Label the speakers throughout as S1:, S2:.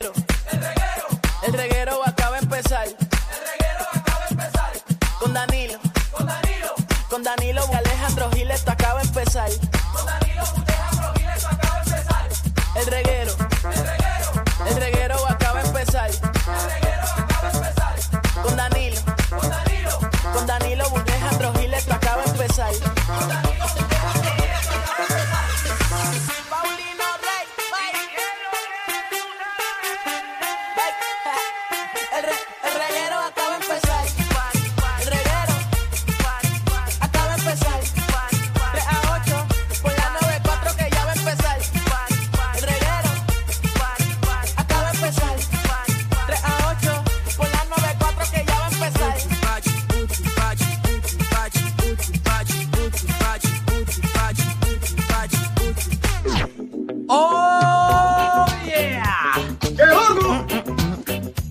S1: El reguero acaba de empezar. El reguero acaba de empezar. Con Danilo. Con Danilo. Con Danilo y Alejandro Giles esto acaba de empezar. Con Danilo y Alejandro Giles esto acaba de empezar. El reguero. El reguero. El reguero acaba de empezar. El reguero acaba de empezar. Con Danilo. Con Danilo. Con Danilo y Alejandro Giles esto acaba de empezar. Paulino Rey, El, re- el reguero acaba de empezar. El reguero acaba de empezar. 3 a 8 por la 94 que ya va a empezar. El reguero acaba de empezar. 3 a 8 por la 94 que ya va a empezar.
S2: ¡Oh, yeah!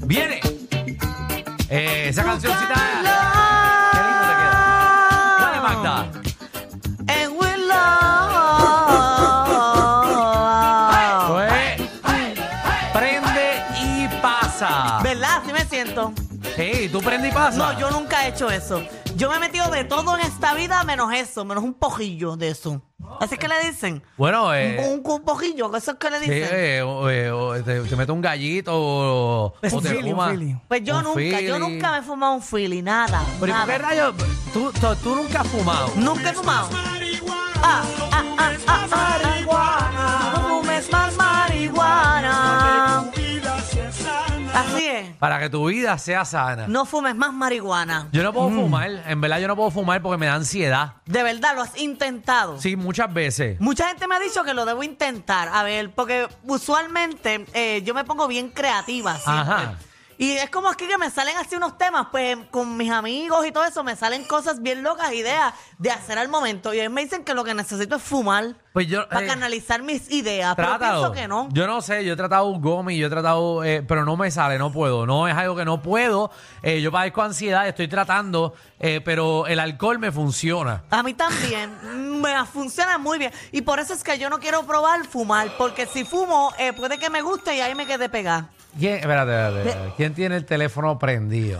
S2: Viene. Eh, esa cancioncita. Qué lindo te queda. Dale, Magda.
S1: And we love.
S2: Pues, prende y pasa.
S1: ¿Verdad? Así me siento.
S2: Sí, tú prende y pasa.
S1: No, yo nunca he hecho eso. Yo me he metido de todo en esta vida menos eso, menos un pojillo de eso. Así que le dicen.
S2: Bueno,
S1: Un-
S2: eh.
S1: Un, un pojillo, que eso es que le
S2: sí,
S1: dicen.
S2: eh, o- eh, o te, te mete un gallito o, o
S3: Un
S2: te
S3: fili, un
S2: fuma.
S3: fili.
S1: Pues yo
S2: un
S1: nunca, yo
S2: fili.
S1: nunca me he fumado un fili, nada.
S2: Pero ¿y por
S1: nada.
S2: qué rayos? Tú, tú, tú nunca has fumado.
S1: Nunca he fumado. Ah, ah, ah, ah, ah. No fumes más marihuana. Así es.
S2: Para que tu vida sea sana.
S1: No fumes más marihuana.
S2: Yo no puedo fumar. En verdad, yo no puedo fumar porque me da ansiedad.
S1: De verdad, lo has intentado.
S2: Sí, muchas veces.
S1: Mucha gente me ha dicho que lo debo intentar. A ver, porque usualmente eh, yo me pongo bien creativa. siempre.
S2: Ajá.
S1: Y es como aquí que me salen así unos temas, pues con mis amigos y todo eso, me salen cosas bien locas, ideas de hacer al momento. Y ellos me dicen que lo que necesito es fumar
S2: Pues yo.
S1: para
S2: eh,
S1: canalizar mis ideas.
S2: Trátalo.
S1: Pero pienso que no.
S2: Yo no sé, yo he tratado un gomi, yo he tratado, eh, pero no me sale, no puedo. No es algo que no puedo. Eh, yo padezco ansiedad, estoy tratando, eh, pero el alcohol me funciona.
S1: A mí también me funciona muy bien. Y por eso es que yo no quiero probar fumar, porque si fumo, eh, puede que me guste y ahí me quede pegada.
S2: ¿Quién, espérate, espérate, espérate. ¿Quién tiene el teléfono prendido?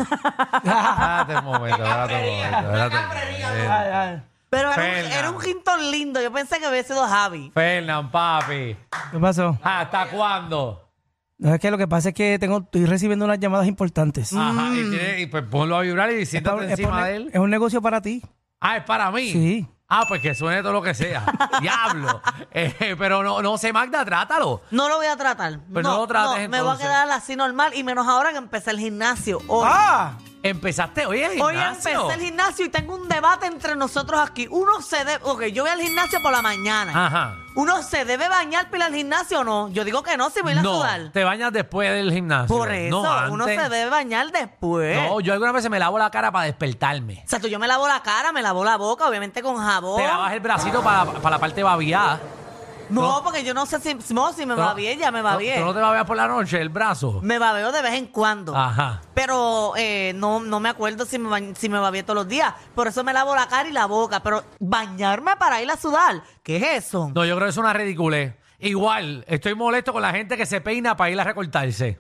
S2: espérate un momento, espérate un momento. espérate un momento.
S3: Ay, ay.
S1: Pero era un,
S2: Fernan.
S1: era un Hinton lindo. Yo pensé que había sido Javi.
S2: Fernan, papi.
S3: ¿Qué pasó?
S2: ¿Hasta cuándo?
S3: No es que lo que pasa es que tengo, estoy recibiendo unas llamadas importantes.
S2: Ajá, y, tiene- y pues ponlo a vibrar y
S3: Es pa-
S2: siéntate
S3: es pa-
S2: encima de él.
S3: es un negocio para ti.
S2: Ah, es para mí.
S3: Sí.
S2: Ah, pues que suene todo lo que sea. Diablo. Eh, pero no, no sé, Magda, trátalo.
S1: No lo voy a tratar.
S2: Pero Pues no lo trates,
S1: Me voy a
S2: entonces.
S1: quedar así normal y menos ahora que empecé el gimnasio. Hoy,
S3: ¡Ah!
S2: Empezaste hoy el
S1: hoy
S2: gimnasio.
S1: empecé el gimnasio y tengo un debate entre nosotros aquí. Uno se debe. Ok, yo voy al gimnasio por la mañana.
S2: Ajá.
S1: Uno se debe bañar para ir al gimnasio o no. Yo digo que no, si voy a ir a
S2: No,
S1: sudar.
S2: te bañas después del gimnasio.
S1: Por eso,
S2: no, antes.
S1: uno se debe bañar después.
S2: No, yo algunas veces me lavo la cara para despertarme.
S1: O sea, tú, yo me lavo la cara, me lavo la boca, obviamente con jabón.
S2: Te lavas el bracito para, para la parte babiada.
S1: no,
S2: no.
S1: porque yo no sé si, no, si me
S2: Tú
S1: va
S2: no-
S1: bien, ya me va
S2: no,
S1: bien.
S2: Tú no te babeas por la noche el brazo.
S1: Me babeo de vez en cuando.
S2: Ajá.
S1: Pero eh, no, no me acuerdo si me, bañ- si me babié todos los días. Por eso me lavo la cara y la boca. Pero bañarme para ir a sudar, ¿qué es eso?
S2: No, yo creo que es una ridiculez. Igual, estoy molesto con la gente que se peina para ir a recortarse.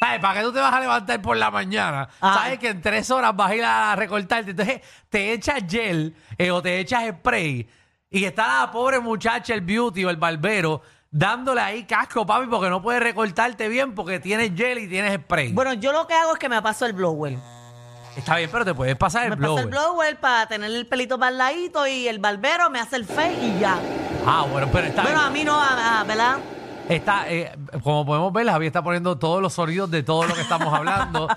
S2: ¿Sabes? ¿Para qué tú te vas a levantar por la mañana?
S1: Ah.
S2: ¿Sabes que en tres horas vas a ir a recortarte? Entonces te echas gel eh, o te echas spray y está la pobre muchacha, el beauty o el barbero, dándole ahí casco, papi, porque no puedes recortarte bien porque tienes gel y tienes spray.
S1: Bueno, yo lo que hago es que me paso el blower.
S2: Está bien, pero te puedes pasar el
S1: me
S2: blower.
S1: paso el blower para tener el pelito para el ladito y el barbero me hace el face y ya.
S2: Ah, bueno, pero está
S1: bueno,
S2: bien.
S1: a mí no, a- a- ¿verdad?
S2: Está, eh, como podemos ver, Javi está poniendo todos los sonidos de todo lo que estamos hablando.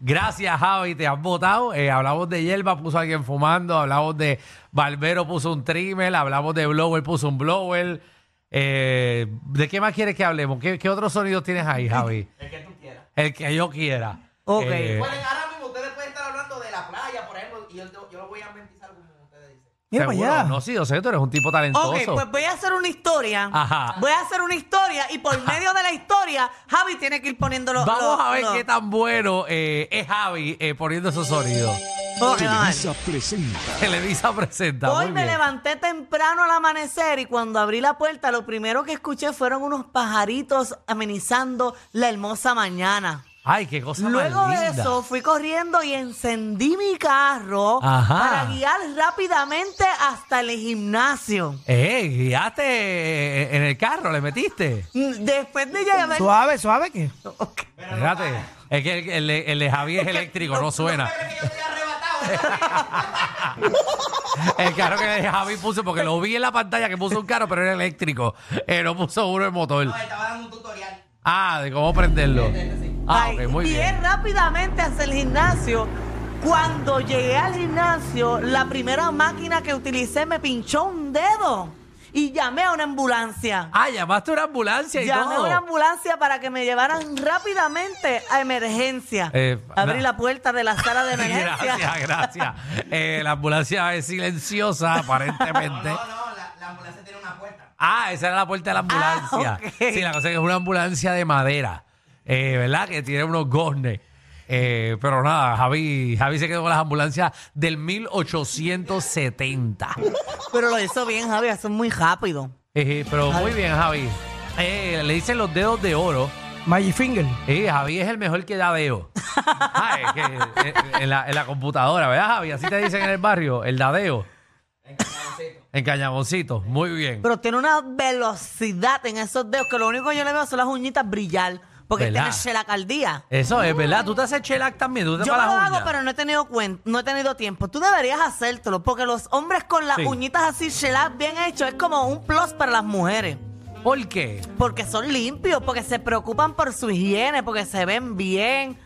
S2: Gracias, Javi, te has votado. Eh, hablamos de hierba, puso alguien fumando. Hablamos de barbero, puso un trimel. Hablamos de blower, puso un blower. Eh, ¿De qué más quieres que hablemos? ¿Qué, qué otros sonidos tienes ahí, Javi?
S4: El que tú quieras.
S2: El que yo quiera.
S4: Ok.
S2: Eh,
S4: Pueden, ahora mismo ustedes pueden estar hablando de la playa, por ejemplo, y yo, yo lo voy a mentizar como ustedes dicen.
S3: Mira para
S2: seguro.
S3: allá.
S2: No, sí, yo sé que tú eres un tipo talentoso.
S1: Ok, pues voy a hacer una historia.
S2: Ajá.
S1: Voy a hacer una historia y por medio de la historia, Javi tiene que ir poniendo los.
S2: Vamos
S1: los-
S2: a ver
S1: los-
S2: qué tan bueno eh, es Javi eh, poniendo esos sonidos.
S1: Vamos a ver.
S5: Televisa presenta.
S2: Televisa presenta.
S1: Hoy
S2: muy
S1: me
S2: bien.
S1: levanté temprano al amanecer y cuando abrí la puerta, lo primero que escuché fueron unos pajaritos amenizando la hermosa mañana.
S2: Ay, qué cosa
S1: Luego
S2: más
S1: de
S2: linda.
S1: eso fui corriendo y encendí mi carro
S2: Ajá.
S1: para guiar rápidamente hasta el gimnasio.
S2: Eh, guiaste eh, en el carro, le metiste.
S1: Mm, Después de llegar...
S3: Suave, suave, que.
S1: Ok.
S2: Espérate. Es que el, el de- el de Javi es eléctrico, no suena.
S4: Que yo estoy arrebatado.
S2: El carro que el de Javi puso, porque lo vi en la pantalla que puso un carro, pero era eléctrico. Eh, no puso uno el motor.
S4: No, estaba dando un tutorial.
S2: Ah, de cómo prenderlo. Ah,
S1: Ay,
S2: ok, muy
S1: guié
S2: bien.
S1: rápidamente hacia el gimnasio. Cuando llegué al gimnasio, la primera máquina que utilicé me pinchó un dedo y llamé a una ambulancia.
S2: Ah, llamaste a una ambulancia y
S1: Llamé a
S2: todo.
S1: una ambulancia para que me llevaran rápidamente a emergencia.
S2: Eh,
S1: Abrí
S2: na-
S1: la puerta de la sala de emergencia.
S2: Gracias, gracias. Eh, la ambulancia es silenciosa, aparentemente.
S4: No, no, la, la ambulancia tiene una puerta.
S2: Ah, esa era la puerta de la ambulancia.
S1: Ah, ok.
S2: Sí, la cosa es que es una ambulancia de madera, eh, ¿verdad? Que tiene unos goznes. Eh, pero nada, Javi, Javi se quedó con las ambulancias del 1870.
S1: Pero lo hizo bien, Javi, eso es muy rápido.
S2: Eh, pero muy bien, Javi. Eh, le dicen los dedos de oro.
S3: Magic Finger.
S2: Eh, Javi es el mejor que dadeo. Ay, que, eh, en, la, en la computadora, ¿verdad, Javi? Así te dicen en el barrio, el dadeo. En Cañaboncito. Muy bien.
S1: Pero tiene una velocidad en esos dedos que lo único que yo le veo son las uñitas brillar. Porque
S2: ¿Verdad?
S1: tiene chelacardía.
S2: Eso es, ¿verdad? Tú te haces chelac también. ¿Tú te
S1: Yo me
S2: paras
S1: lo
S2: uña?
S1: hago, pero no he tenido cuen- no he tenido tiempo. Tú deberías hacértelo, porque los hombres con las
S2: Sí.
S1: uñitas así, shellac bien hecho, es como un plus para las mujeres.
S2: ¿Por qué?
S1: Porque son limpios, porque se preocupan por su higiene, porque se ven bien.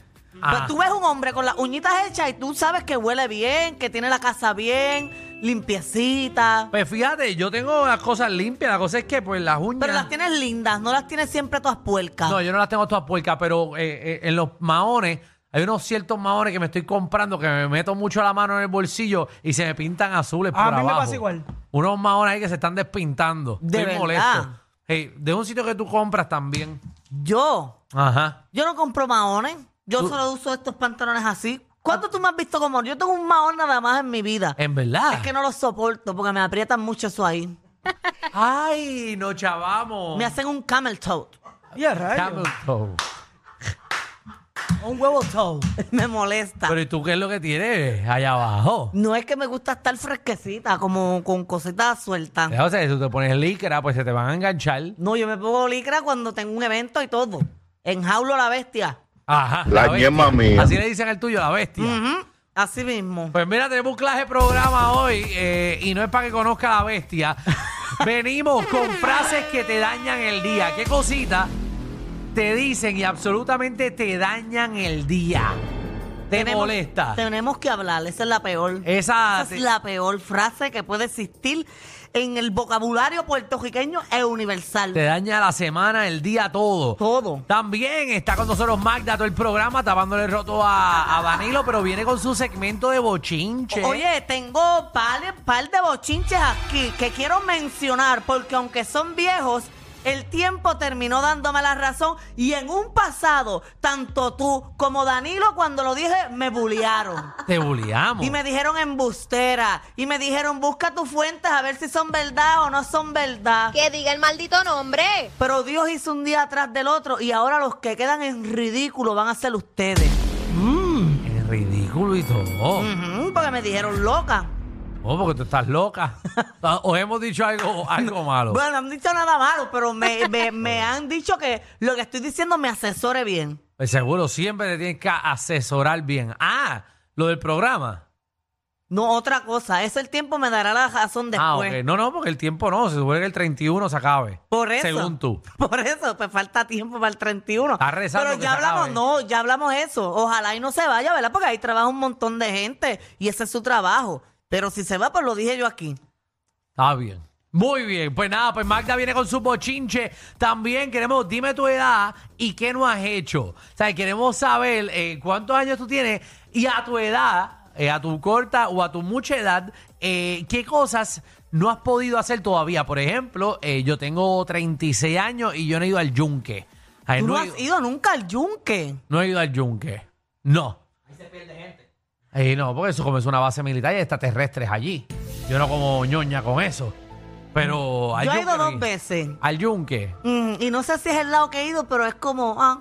S2: Ah.
S1: Pero tú ves un hombre con las uñitas hechas y tú sabes que huele bien, que tiene la casa bien, limpiecita.
S2: Pues fíjate, yo tengo las cosas limpias. La cosa es que, pues, las uñas.
S1: Pero las tienes lindas, no las tienes siempre todas puercas.
S2: No, yo no las tengo todas puercas, pero eh, eh, en los maones, hay unos ciertos maones que me estoy comprando que me meto mucho la mano en el bolsillo y se me pintan azules
S3: A
S2: por
S3: mí me
S2: abajo.
S3: pasa igual.
S2: Unos maones ahí que se están despintando.
S1: ¿De
S2: estoy
S1: verdad?
S2: molesto. Hey, de un sitio que tú compras también.
S1: Yo,
S2: Ajá.
S1: Yo no compro maones. Yo
S2: Tú-
S1: solo uso estos pantalones así. ¿Cuánto tú me has visto como Yo tengo un maón nada más en mi vida. Ah,
S2: En verdad.
S1: Es que no los soporto porque me aprietan mucho eso ahí.
S2: Ay, nos chavamos.
S1: Me hacen un camel toe.
S3: Y a rayos.
S2: Camel toe.
S3: Un huevo toe.
S1: me molesta.
S2: Pero ¿y tú qué es lo que tienes allá abajo?
S1: No es que me gusta estar fresquecita, como con cositas sueltas.
S2: O sea, si tú te pones licra, pues se te van a enganchar.
S1: No, yo me pongo licra cuando tengo un evento y todo. Enjaulo a la bestia.
S2: Ajá.
S6: La
S2: bestia.
S6: yema mía.
S2: Así le dicen al tuyo, la bestia.
S1: Ujú, Así mismo.
S2: Pues mira, tenemos un clase de programa hoy eh, y no es para que conozca a la bestia. Venimos con frases que te dañan el día. ¿Qué cosita te dicen y absolutamente te dañan el día? Te molesta.
S1: Tenemos que hablar, esa es la peor.
S2: Esa
S1: Esa
S2: te-
S1: es la peor frase que puede existir en el vocabulario puertorriqueño e universal.
S2: Te daña la semana, el día, todo.
S1: Todo.
S2: También está con nosotros Magda, todo el programa, tapándole el roto a, a Danilo, pero viene con su segmento de bochinche.
S1: Oye, tengo par, par de bochinches aquí que quiero mencionar porque aunque son viejos, el tiempo terminó dándome la razón y en un pasado, tanto tú como Danilo, cuando lo dije, me bullearon.
S2: Te buleamos.
S1: Y me dijeron embustera. Y me dijeron, busca tus fuentes a ver si son verdad o no son verdad.
S7: Que diga el maldito nombre.
S1: Pero Dios hizo un día atrás del otro y ahora los que quedan en ridículo van a ser ustedes.
S2: Es ridículo y todo.
S1: Ujú, porque me dijeron loca.
S2: Oh, porque tú estás loca. o hemos dicho algo, algo malo.
S1: Bueno, no han dicho nada malo, pero me, me- me han dicho que lo que estoy diciendo me asesore bien.
S2: Pues seguro, siempre te tienes que asesorar bien. Ah, lo del programa.
S1: No, otra cosa. Eso el tiempo me dará la razón después.
S2: Ah, ok. No, no, porque el tiempo no. Se supone que el 31 se acabe.
S1: Por eso.
S2: Según tú.
S1: Por eso, pues falta tiempo para el 31.
S2: Está rezando
S1: Pero
S2: que
S1: ya
S2: se
S1: hablamos,
S2: acabe.
S1: no, ya hablamos eso. Ojalá y no se vaya, ¿verdad? Porque ahí trabaja un montón de gente y ese es su trabajo. Pero si se va, pues lo dije yo aquí.
S2: Está bien. Muy bien, pues nada, pues Magda viene con su bochinche. También queremos, dime tu edad y qué no has hecho. O sea, queremos saber eh, cuántos años tú tienes y a tu edad, eh, a tu corta o a tu mucha edad, eh, qué cosas no has podido hacer todavía. Por ejemplo, eh, yo tengo 36 años y yo no he ido al yunque. Ay,
S1: Tú no
S2: he
S1: has ido nunca al yunque.
S2: No he ido al yunque. No. Ahí se pierde gente. no, porque eso como es una base militar y hay extraterrestres allí. Yo no como ñoña con eso. Pero al
S1: Yo he ido
S2: yunque
S1: dos
S2: no
S1: veces.
S2: Al yunque.
S1: Mm, y no sé si es el lado que he ido, pero es como, ah,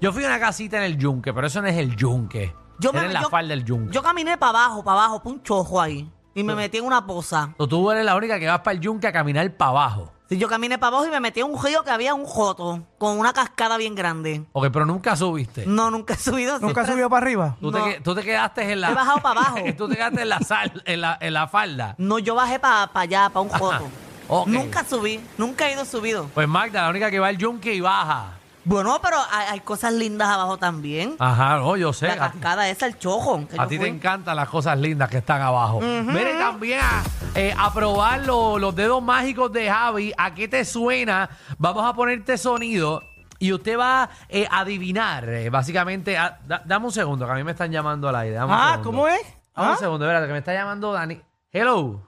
S2: Yo fui a una casita en el yunque, pero eso no es el yunque. Yo en la falda del yunque.
S1: yo caminé para abajo, para abajo, para un chojo ahí. Y me metí en una poza.
S2: O Tú eres la única que vas para el yunque a caminar para abajo.
S1: Sí, yo caminé para abajo y me metí en un río que había un joto con una cascada bien grande.
S2: Ok, pero nunca subiste.
S1: No, nunca he subido.
S3: ¿Nunca
S1: siempre-
S3: subió para arriba?
S2: Tú,
S1: no.
S2: te, que- tú te quedaste en la.
S1: He bajado para abajo.
S2: tú te quedaste en la, sal, en la, en la falda.
S1: No, yo bajé para allá, para un joto.
S2: Ok.
S1: Nunca subí, nunca he ido subido.
S2: Pues Magda, la única que va al yunque y baja.
S1: Bueno, pero hay, hay cosas lindas abajo también.
S2: Ajá, no, yo sé.
S1: la
S2: Ah, a ti-
S1: cascada esa, el chojo. que
S2: A
S1: yo
S2: ti te
S1: fui.
S2: encantan las cosas lindas que están abajo. Mire también a, eh, a probar lo- los dedos mágicos de Javi. ¿A qué te suena? Vamos a ponerte sonido y usted va eh, a adivinar. eh, básicamente, a- da- dame un segundo, que a mí me están llamando al aire. dame un
S3: Ah,
S2: segundo.
S3: ¿cómo es?
S2: Dame
S3: Ah,
S2: un segundo, espérate, que me está llamando Dani. Hello.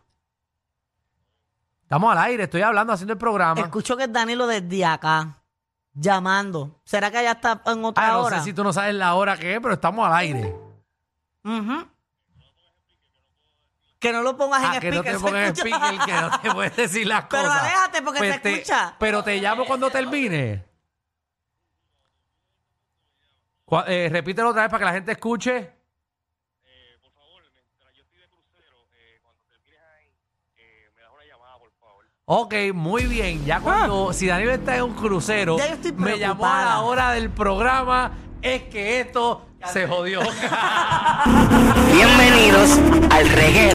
S2: Estamos al aire, estoy hablando, haciendo el programa.
S1: Escucho que es Danilo desde acá, llamando. ¿Será que allá está en otra
S2: Ah, no
S1: hora?
S2: sé si tú no sabes la hora que es, pero estamos al aire.
S1: Ujú. Que no lo pongas
S2: Ah,
S1: en
S2: que
S1: speaker.
S2: no te
S1: se
S2: pongas en
S1: escucha.
S2: speaker, que no te puedes decir las
S1: Pero
S2: cosas. Pues
S1: aléjate, porque se
S2: te-
S1: escucha.
S2: Pero te llamo cuando termine. Cua- eh, repítelo otra vez para que la gente escuche. Ok, muy bien. Ya cuando, si Daniel está en un crucero,
S1: Ah. Ya yo estoy
S2: me llamó a la
S1: preocupada.
S2: hora del programa, es que esto se jodió.
S6: Bienvenidos al reguero.